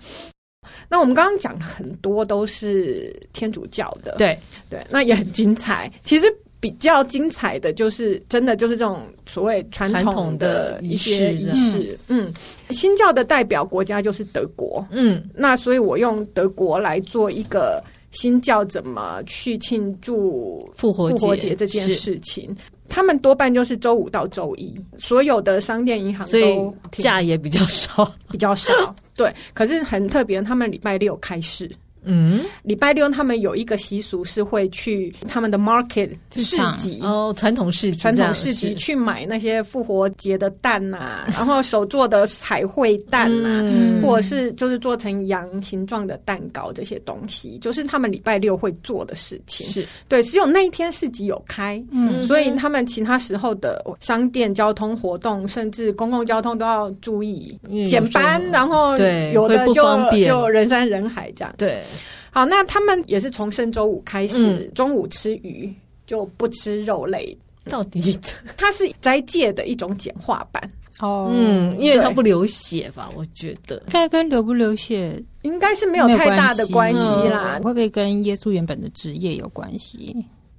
那我们刚刚讲很多都是天主教的，
对，
对，那也很精彩。其实比较精彩的就是，真的就是这种所谓传
传统
统
的
的
仪
一
式
些仪式。嗯，新教的代表国家就是德国，
嗯，
那所以我用德国来做一个新教怎么去庆祝
复活
复
节
活节这件
是
事情。他们多半就是周五到周一，所有的商店、银行
所以
都停
假也比较 少，
比较少。对，可是很特别，他们礼拜六开市。
嗯，
礼拜六他们有一个习俗是会去他们的 market
市
市
场
集。
哦，传统市集这
嗯传
样，
统市集去买那些复活节的蛋 呐、然后手做的彩绘蛋呐、
嗯
或者是就是做成羊形状的蛋糕这些东西，就是他们礼拜六会做的事情。
是，
对，只有那一天市集有开，
嗯
所以他们其他时候的商店、交通活动，甚至公共交通都要注意
因为嗯有
减班
时，候
然后
对
有
会
的
不
就
方便
就人山人海这样。
对，
好，那他们也是从上周五开始，
嗯
中午吃鱼就不吃肉类，
到底，
它是斋戒的一种简化版，
哦，嗯，
嗯，因为它
对
不流血吧，我觉得，
应该跟流不流血
应该是没有太大的关系啦
嗯。会不会跟耶稣原本的职业有关系？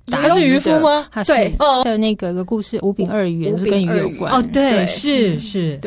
他是渔夫吗？
他是
对
哦
的那个有个故事五饼二鱼
五
是跟鱼有关
哦，对，
对
是是，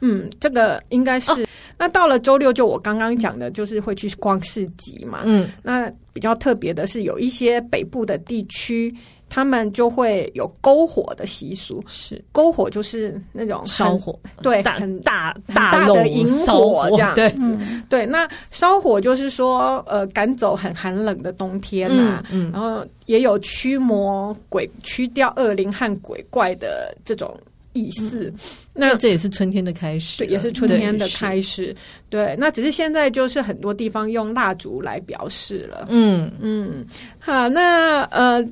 嗯，这个应该是。那到了周六，就我刚刚讲的，就是会去逛市集嘛。
嗯
那比较特别的是，有一些北部的地区，他们就会有篝火的习俗。
是
篝火就是那种很
烧火，
对
大
很
大
很大
漏
的萤
烧
火
火
这样
对，
嗯
对，那烧火就是说，呃，赶走很寒冷的冬天啊，
嗯嗯
然后也有驱魔鬼、驱掉恶灵和鬼怪的这种意思。
嗯
那
这也是春天的开始
对，
了，
也是春天的
对是
开始。对，那只是现在就是很多地方用蜡烛来表示了。
嗯，
嗯，好，那呃，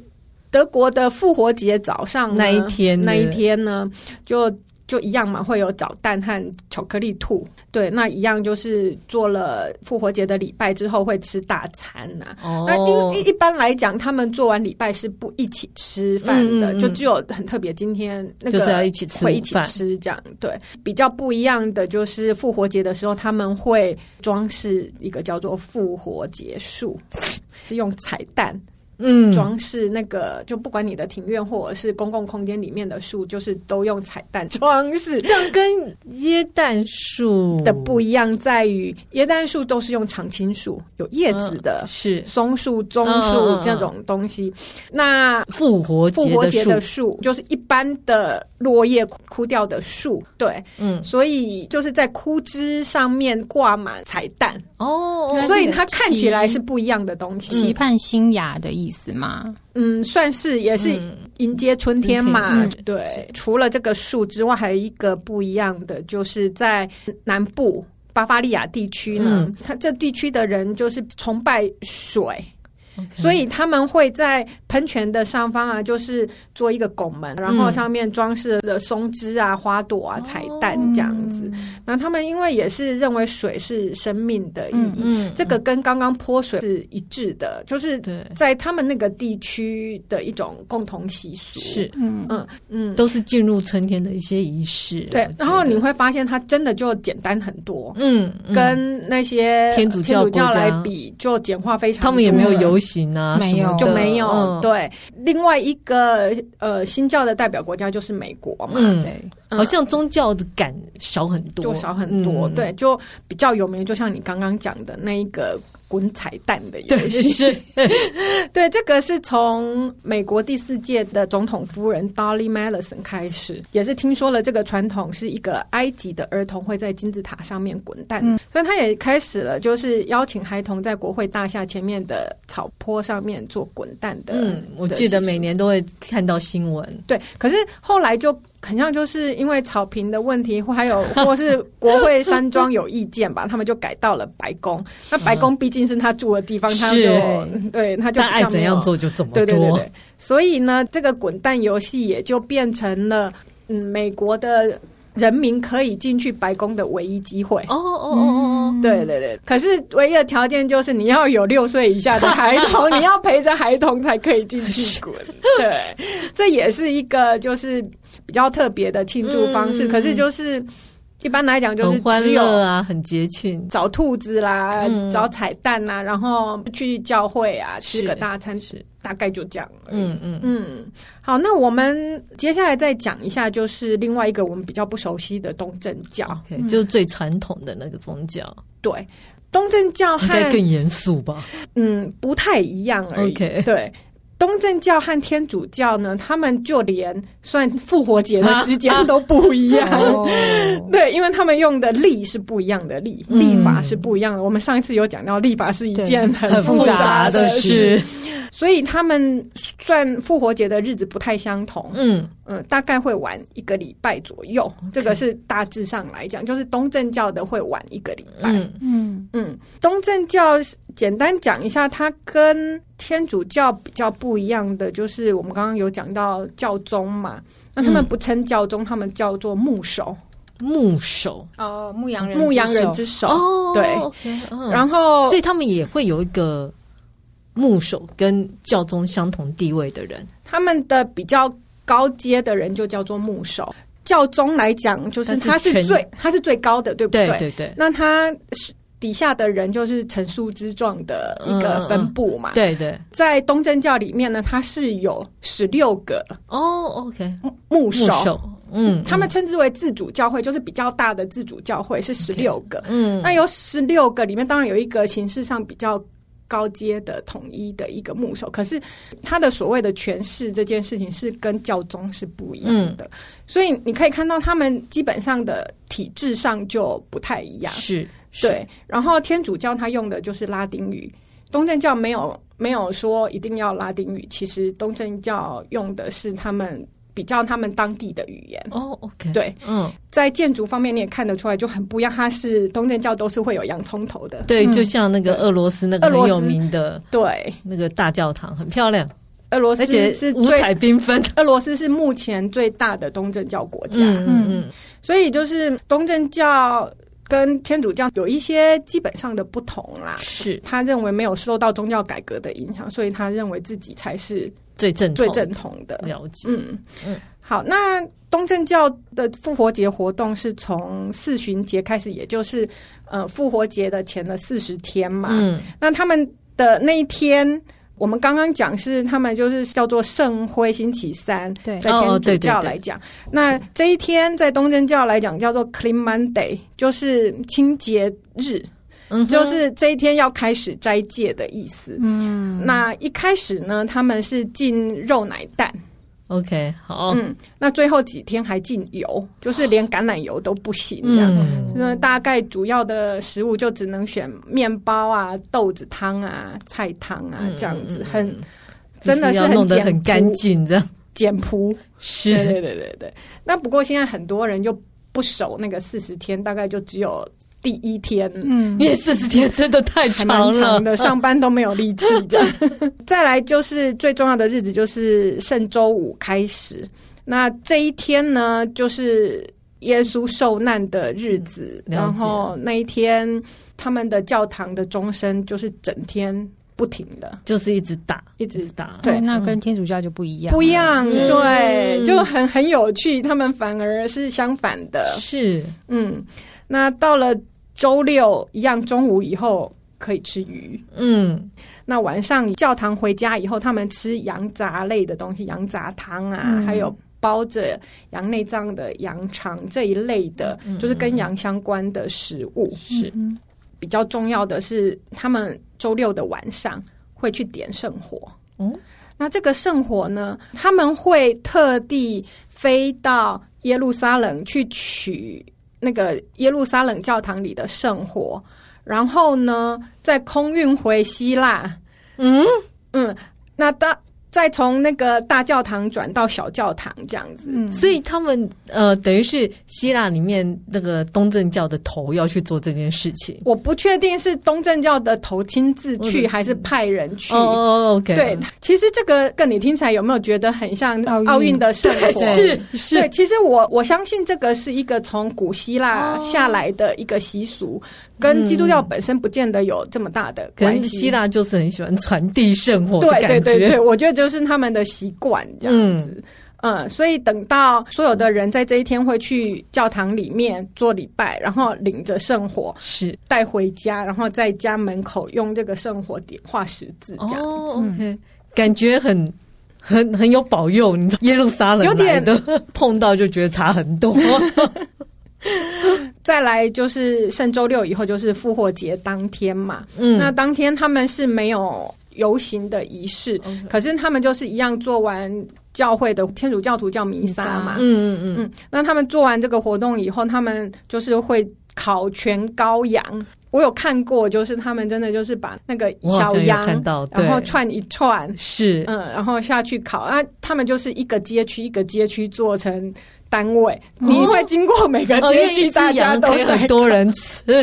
德国的复活节早上呢
那一天呢
那一天呢，就就一样嘛，会有早蛋和巧克力兔。对，那一样就是做了复活节的礼拜之后会吃大餐呐、
哦，
那因一一般来讲，他们做完礼拜是不一起吃饭的，
嗯嗯嗯
就只有很特别，今天那个
就是要一起吃
会一起
饭
吃这样。对，比较不一样的就是复活节的时候，他们会装饰一个叫做复活节 树，是用彩蛋
嗯
装饰那个，就不管你的庭院或者是公共空间里面的树，就是都用彩蛋装饰。
这样跟椰蛋树
的不一样在于，椰蛋树都是用常青树，有叶子的。
是
松树、棕
嗯嗯
树
嗯嗯
这种东西，那
复活
复
节
活节
的
的
树，
树就是一般的落叶枯枯掉的树，对，
嗯，
所以就是在枯枝上面挂满彩蛋，
哦，哦
那
所以
个
它看起
旗
来是不一样的东
期
西。
盼新芽的意思吗？
嗯，算是也是
嗯
迎接春天嘛。
春
对，除了这个树之外，还有一个不一样的，就是在南部巴伐利亚地区呢，
嗯
它这地区的人就是崇拜水。
OK
所以他们会在喷泉的上方啊，就是做一个拱门，然
嗯
后上面装饰了松枝啊、花朵啊、彩蛋这样子。
哦
那他们因为也是认为水是生命的意义，
嗯
这个跟刚刚泼水是一致的，就是
对
在他们那个地区的一种共同习俗。
是，
嗯，
嗯嗯，
都是进入春天的一些仪式。
对
我觉。得
然后你，会发现它真的就简单很多。
嗯，嗯
跟那些
天主教国家
来比，就简化非常多了。
他们也没有游行啊，
没有
什么的
就没有、
嗯
对。另外一个呃，新教的代表国家就是美国嘛，
嗯，
对，
嗯
好像宗教的感少很多，
就少很多、
嗯，
对，就比较有名，就像你刚刚讲的那一个滚彩蛋的游
对，
戏，
是，
对，这个是从美国第四届的总统夫人 Dolly Madison 开始，也是听说了这个传统，是一个埃及的儿童会在金字塔上面滚蛋，
嗯
所以他也开始了，就是邀请孩童在国会大厦前面的草坡上面做滚蛋的。
嗯，我
的
记得
习俗
每年都会看到新闻，
对，可是后来就很像就是因为草坪的问题，或还有 或是国会山庄有意见吧，他们就改到了白宫。那白宫毕竟是他住的地方，他
是
就对他就
但
比
爱
较
怎
没有
样做就怎么
对对对
做，嗯
对，所以呢，这个滚蛋游戏也就变成了嗯美国的人民可以进去白宫的唯一机会。
哦哦哦哦
嗯
对对对，可是唯一的条件就是你要有六岁以下的孩童，你要陪着孩童才可以进 去滚。对，这也是一个就是比较特别的庆祝方式。
嗯嗯嗯
可是就是一般来讲，
哦，
就是
很欢
只
乐
有
啊，很节庆，
找兔子啦、
嗯
找彩蛋啦，然后去教会啊吃
是
个大餐，
是，
大概就这样而已。
嗯嗯，
嗯，好，那我们接下来再讲一下，就是另外一个我们比较不熟悉的东正教。
对，就是最传统的那个 宗教，
对，东正教和
应该更严肃吧？
嗯，不太一样而已。
OK
对，东正教和天主教呢，他们就连算复活节的时间都不一 样。
哦，
对，因为他们用的历是不一样的历，
嗯
历法是不一样的。我们上一次有讲到，历法是一件 很
很
复
复
杂
杂
的
的
事，
事，
所以他们算复活节的日子不太相同。
嗯，
嗯，大概会晚一个礼拜左右这个是大致上来讲，就是东正教的会晚一个礼拜。
嗯，
嗯，
嗯，东正教简单讲一下，它跟天主教比较不一样的，就是我们刚刚有讲到教宗嘛，那他们
嗯
不称教宗，他们叫做牧首，
牧首
哦，牧羊人，
牧羊人之首。
哦
对
OK，嗯
然后
所以他们也会有一个牧首跟教宗相同地位的人，
他们的比较高阶的人就叫做牧首。教宗来讲，就是他
他是
是
全
最他是最高的，对不
对对对
那他是底下的人就是成书之状的一个分布嘛。
对对，
在东正教里面呢，它是有十六个
哦，OK，
牧
牧
首，
首，嗯，
他们称之为自主教会，就是比较大的自主教会是十六个。
嗯，
那有十六个里面，当然有一个形式上比较。高阶的统一的一个牧首，可是他的所谓的权势这件事情是跟教宗是不一样
嗯
的，所以你可以看到他们基本上的体制上就不太一样。
是，是
对，然后天主教他用的就是拉丁语，东正教没有没有说一定要拉丁语，其实东正教用的是他们比较他们当地的语言。
哦，OK，，
对，
嗯，
在建筑方面你也看得出来就很不一样，它是东正教都是会有洋葱头的，
对，就像那个俄罗斯那个
嗯俄
很
罗斯
有名的
对，
那个大教堂，很漂亮，
俄罗斯
而且
是
五
最
彩缤纷。
俄罗斯是目前最大的东正教国家，
嗯嗯嗯，
所以就是东正教跟天主教有一些基本上的不同啦。
是
他认为没有受到宗教改革的影响，所以他认为自己才是
最正
最
统
正统的。
了解。
嗯
嗯
好，那东正教的复活节活动是从四旬节开始，也就是呃复活节的前的四十天嘛。
嗯，
那他们的那一天，我们刚刚讲是他们就是叫做圣辉星期三，
对
在
哦
天
对
主
对
教
对
来讲，那这一天在东正教来讲叫做 Clean Monday，就是清洁日，
嗯哼
就是这一天要开始斋戒的意思。
嗯，
那一开始呢，他们是禁肉奶蛋，
OK，好，
嗯，那最后几天还禁油，就是连橄榄油都不行这样。
嗯，
那大概主要的食物就只能选面包啊、豆子汤啊、菜汤啊这样
嗯
子，很真的
就是要
很
弄得
简
很
朴
干净，这样
简 朴。对
是
对对对对。那不过现在很多人就不守那个四十天，大概就只有第一天。
嗯
因为四十天真的太
还蛮
长了
长，的，上班都没有力气这样。再来就是最重要的日子，就是圣周五开始。那这一天呢，就是耶稣受难的日子。
嗯了解
然后那一天，他们的教堂的钟声就是整天不停的，
就是一直打，
一直
打，
对嗯
哦那跟天主教就不一样，
不一，样，
嗯
对，就很很有趣。他们反而是相反的，
是
嗯。那到了周六一样，中午以后可以吃鱼，
嗯
那晚上教堂回家以后，他们吃羊杂类的东西，羊杂汤啊，
嗯
还有包着羊内脏的羊肠这一类的，就是跟羊相关的食物。
嗯是
嗯
比较重要的是，他们周六的晚上会去点圣火。
哦，
那这个圣火呢，他们会特地飞到耶路撒冷去取那个耶路撒冷教堂里的圣火，然后呢，再空运回希腊。
嗯
嗯，那大再从那个大教堂转到小教堂这样子。
嗯，
所以他们呃，等于是希腊里面那个东正教的头要去做这件事情。
我不确定是东正教的头亲自
我的
去
天
还是派人去。
哦哦哦，OK，
对，其实这个跟你听起来有没有觉得很像
奥运
奥运的圣火？
是
对，
是，
其实我我相信这个是一个从古希腊下来的一个习俗，跟基督教本身不见得有这么大的
可能
关系。
希腊就是很喜欢传递圣火的
对
感
对
觉，
对对，我觉得就是他们的习惯这样子。嗯，所以等到所有的人在这一天会去教堂里面做礼拜，然后领着圣火
是
带回家，然后在家门口用这个圣火点画十字，这样、
哦，OK，感觉很。很很有保佑，你知道耶路撒冷
有
来
点
的碰到就觉得差很多，
再来就是圣周六以后就是复活节当天嘛，
嗯
那当天他们是没有游行的仪式
OK
可是他们就是一样做完教会的天主教徒叫弥撒嘛，
嗯嗯嗯，
嗯，那他们做完这个活动以后，他们就是会烤全羔羊。我有看过，就是他们真的就是把那个
我好
小
像有
羊，
看到，对
然后串一串，
是
嗯，然后下去烤啊。他们就是一个街区一个街区做成单位，你会经过每个
哦哦，因
街
为
区，
一
大
只
家
羊
都
可以
在
很多人吃，对，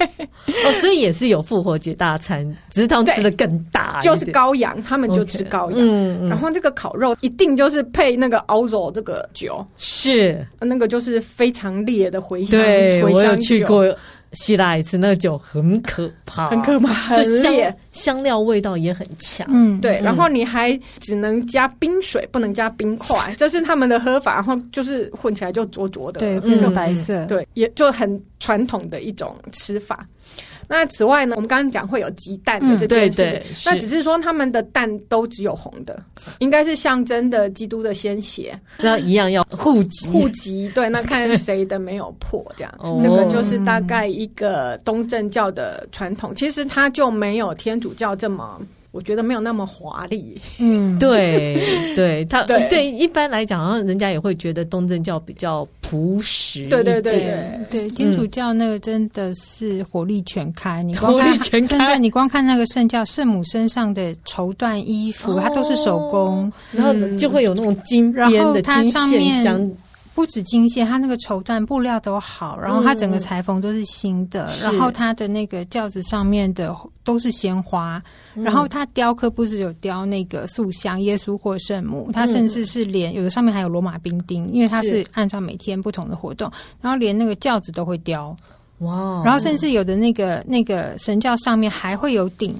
哦，所以也是有复活节大餐，只是他们吃的更大一
就
点，
是羔羊，他们就吃
OK，
羔羊。
嗯嗯，
然后这个烤肉一定就是配那个 o z o 这个酒，
是，
那个就是非常烈的茴香
对
茴
我有
香
去
酒，
过希腊一次，那个酒很可怕，
很可怕，很
就香
烈。
香料味道也很强，
嗯，
对，然后你还只能加冰水，不能加冰 块，这是他们的喝法。然后就是混起来就浊浊的，
对，
嗯
变成白色，
对，也就很传统的一种吃法。那此外呢，我们刚刚讲会有鸡蛋的这件事情，
嗯对对是
那只是说他们的蛋都只有红的，应该是象征的基督的鲜血
那一样要户籍，
户籍。对，那看谁的没有破这样
嗯哦，
这个就是大概一个东正教的传统。其实它就没有天主教这么，我觉得没有那么华丽。
嗯，
对对，他
对
对一般来讲，好像人家也会觉得东正教比较朴实一点，
对对对
对对，天主教那个真的是火力全开，你光
火
看
力全开
真的，你光看那个圣教圣母身上的绸缎衣
哦
服，它都是手工，
然后
嗯
就会有那种金边
然
的
后它
金
上
线
面
相
不止金线，它那个绸缎布料都好，然后它整个
嗯
裁缝都是新的，
是
然后它的那个轿子上面的都是鲜花，
嗯
然后它雕刻不是有雕那个塑像耶稣或圣母，它甚至是连有的上面还有罗马兵丁，因为它
是
是按照每天不同的活动，然后连那个轿子都会雕，
嗯哇，哦
然后甚至有的那个那个神教上面还会有顶，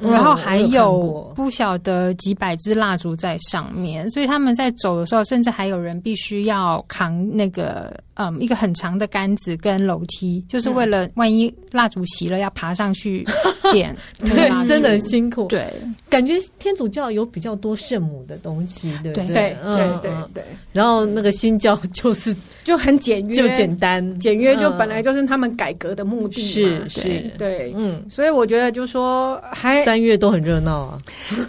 嗯
然后还
我有看
有
过
不晓得几百支蜡烛在上面，所以他们在走的时候，甚至还有人必须要扛那个嗯一个很长的杆子跟楼梯，就是为了万一蜡烛熄了要爬上去点那个蜡
对，
烛。
真的很辛苦。
对，
感觉天主教有比较多圣母的东西，对不
对
对
嗯
对对
嗯
对，
然后那个新教就是
就很简约，
就简单，
简约就
嗯
本来就是他们改革的目的嘛对
是
哎
是，
对。
嗯，
所以我觉得，就说还
三月都很热闹啊，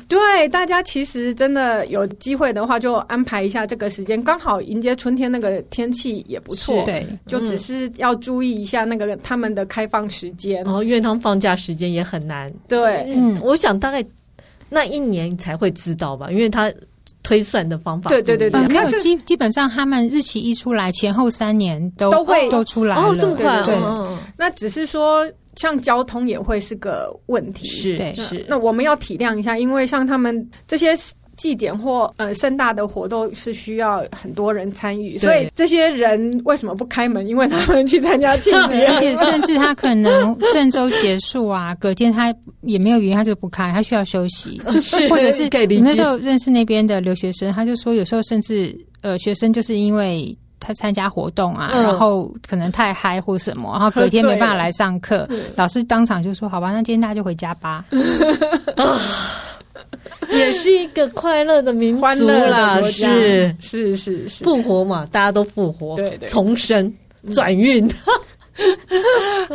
对大家其实真的有机会的话，就安排一下这个时间，刚好迎接春天那个天气也不错
是。
对，
就只是要注意一下那个他们的开放时间。
然后院堂放假时间也很难，
对
嗯
我想大概那一年才会知道吧，因为他推算的方法
对对对
不
对
一样
嗯，没有
但是
基基本上他们日期一出来，前后三年都
都会
都出来了。
哦，这么快啊，
对
嗯嗯嗯
那只是说，像交通也会是个问题。
是
对
那
是，
那我们要体谅一下，因为像他们这些祭典或呃盛大的活动是需要很多人参与，所以这些人为什么不开门？因为他们去参 加庆
对，
典。
而且甚至他可能郑州结束啊，隔天他也没有原因，他就不开，他需要休息，
是
或 者是
可以理
我那时
解
候认识那边的留学生，他就说有时候甚至呃，学生就是因为。他参加活动啊，
嗯
然后可能太嗨或什么，然后隔天
喝醉了
没办法来上课，老师当场就说：“好吧，那今天大家就回家吧。
也是一个快乐的民
欢
族
乐的
啦，
国家
是
是是是，
复活嘛，大家都复活，
对对
重生
嗯
转运，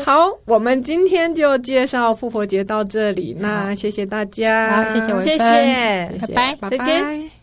好，我们今天就介绍复活节到这里，那谢谢大家，
好谢谢我
谢
拜
谢
谢。谢
拜
拜
再见
拜